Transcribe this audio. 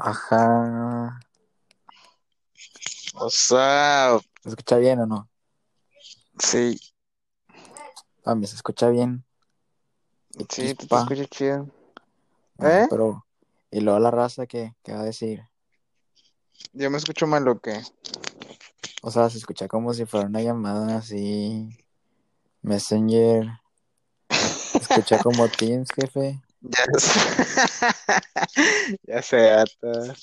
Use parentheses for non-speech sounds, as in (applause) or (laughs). Ajá. What's up? ¿Se escucha bien o no? Sí, Mami, Ah, se escucha bien. Y sí, tú te chispa. escuchas chido. No, ¿Eh? Pero, y luego la raza que, que va a decir. Yo me escucho mal o qué. O sea, se escucha como si fuera una llamada así. Messenger. Se escucha como Teams, jefe. Ya sé. (laughs) ya sé, hasta.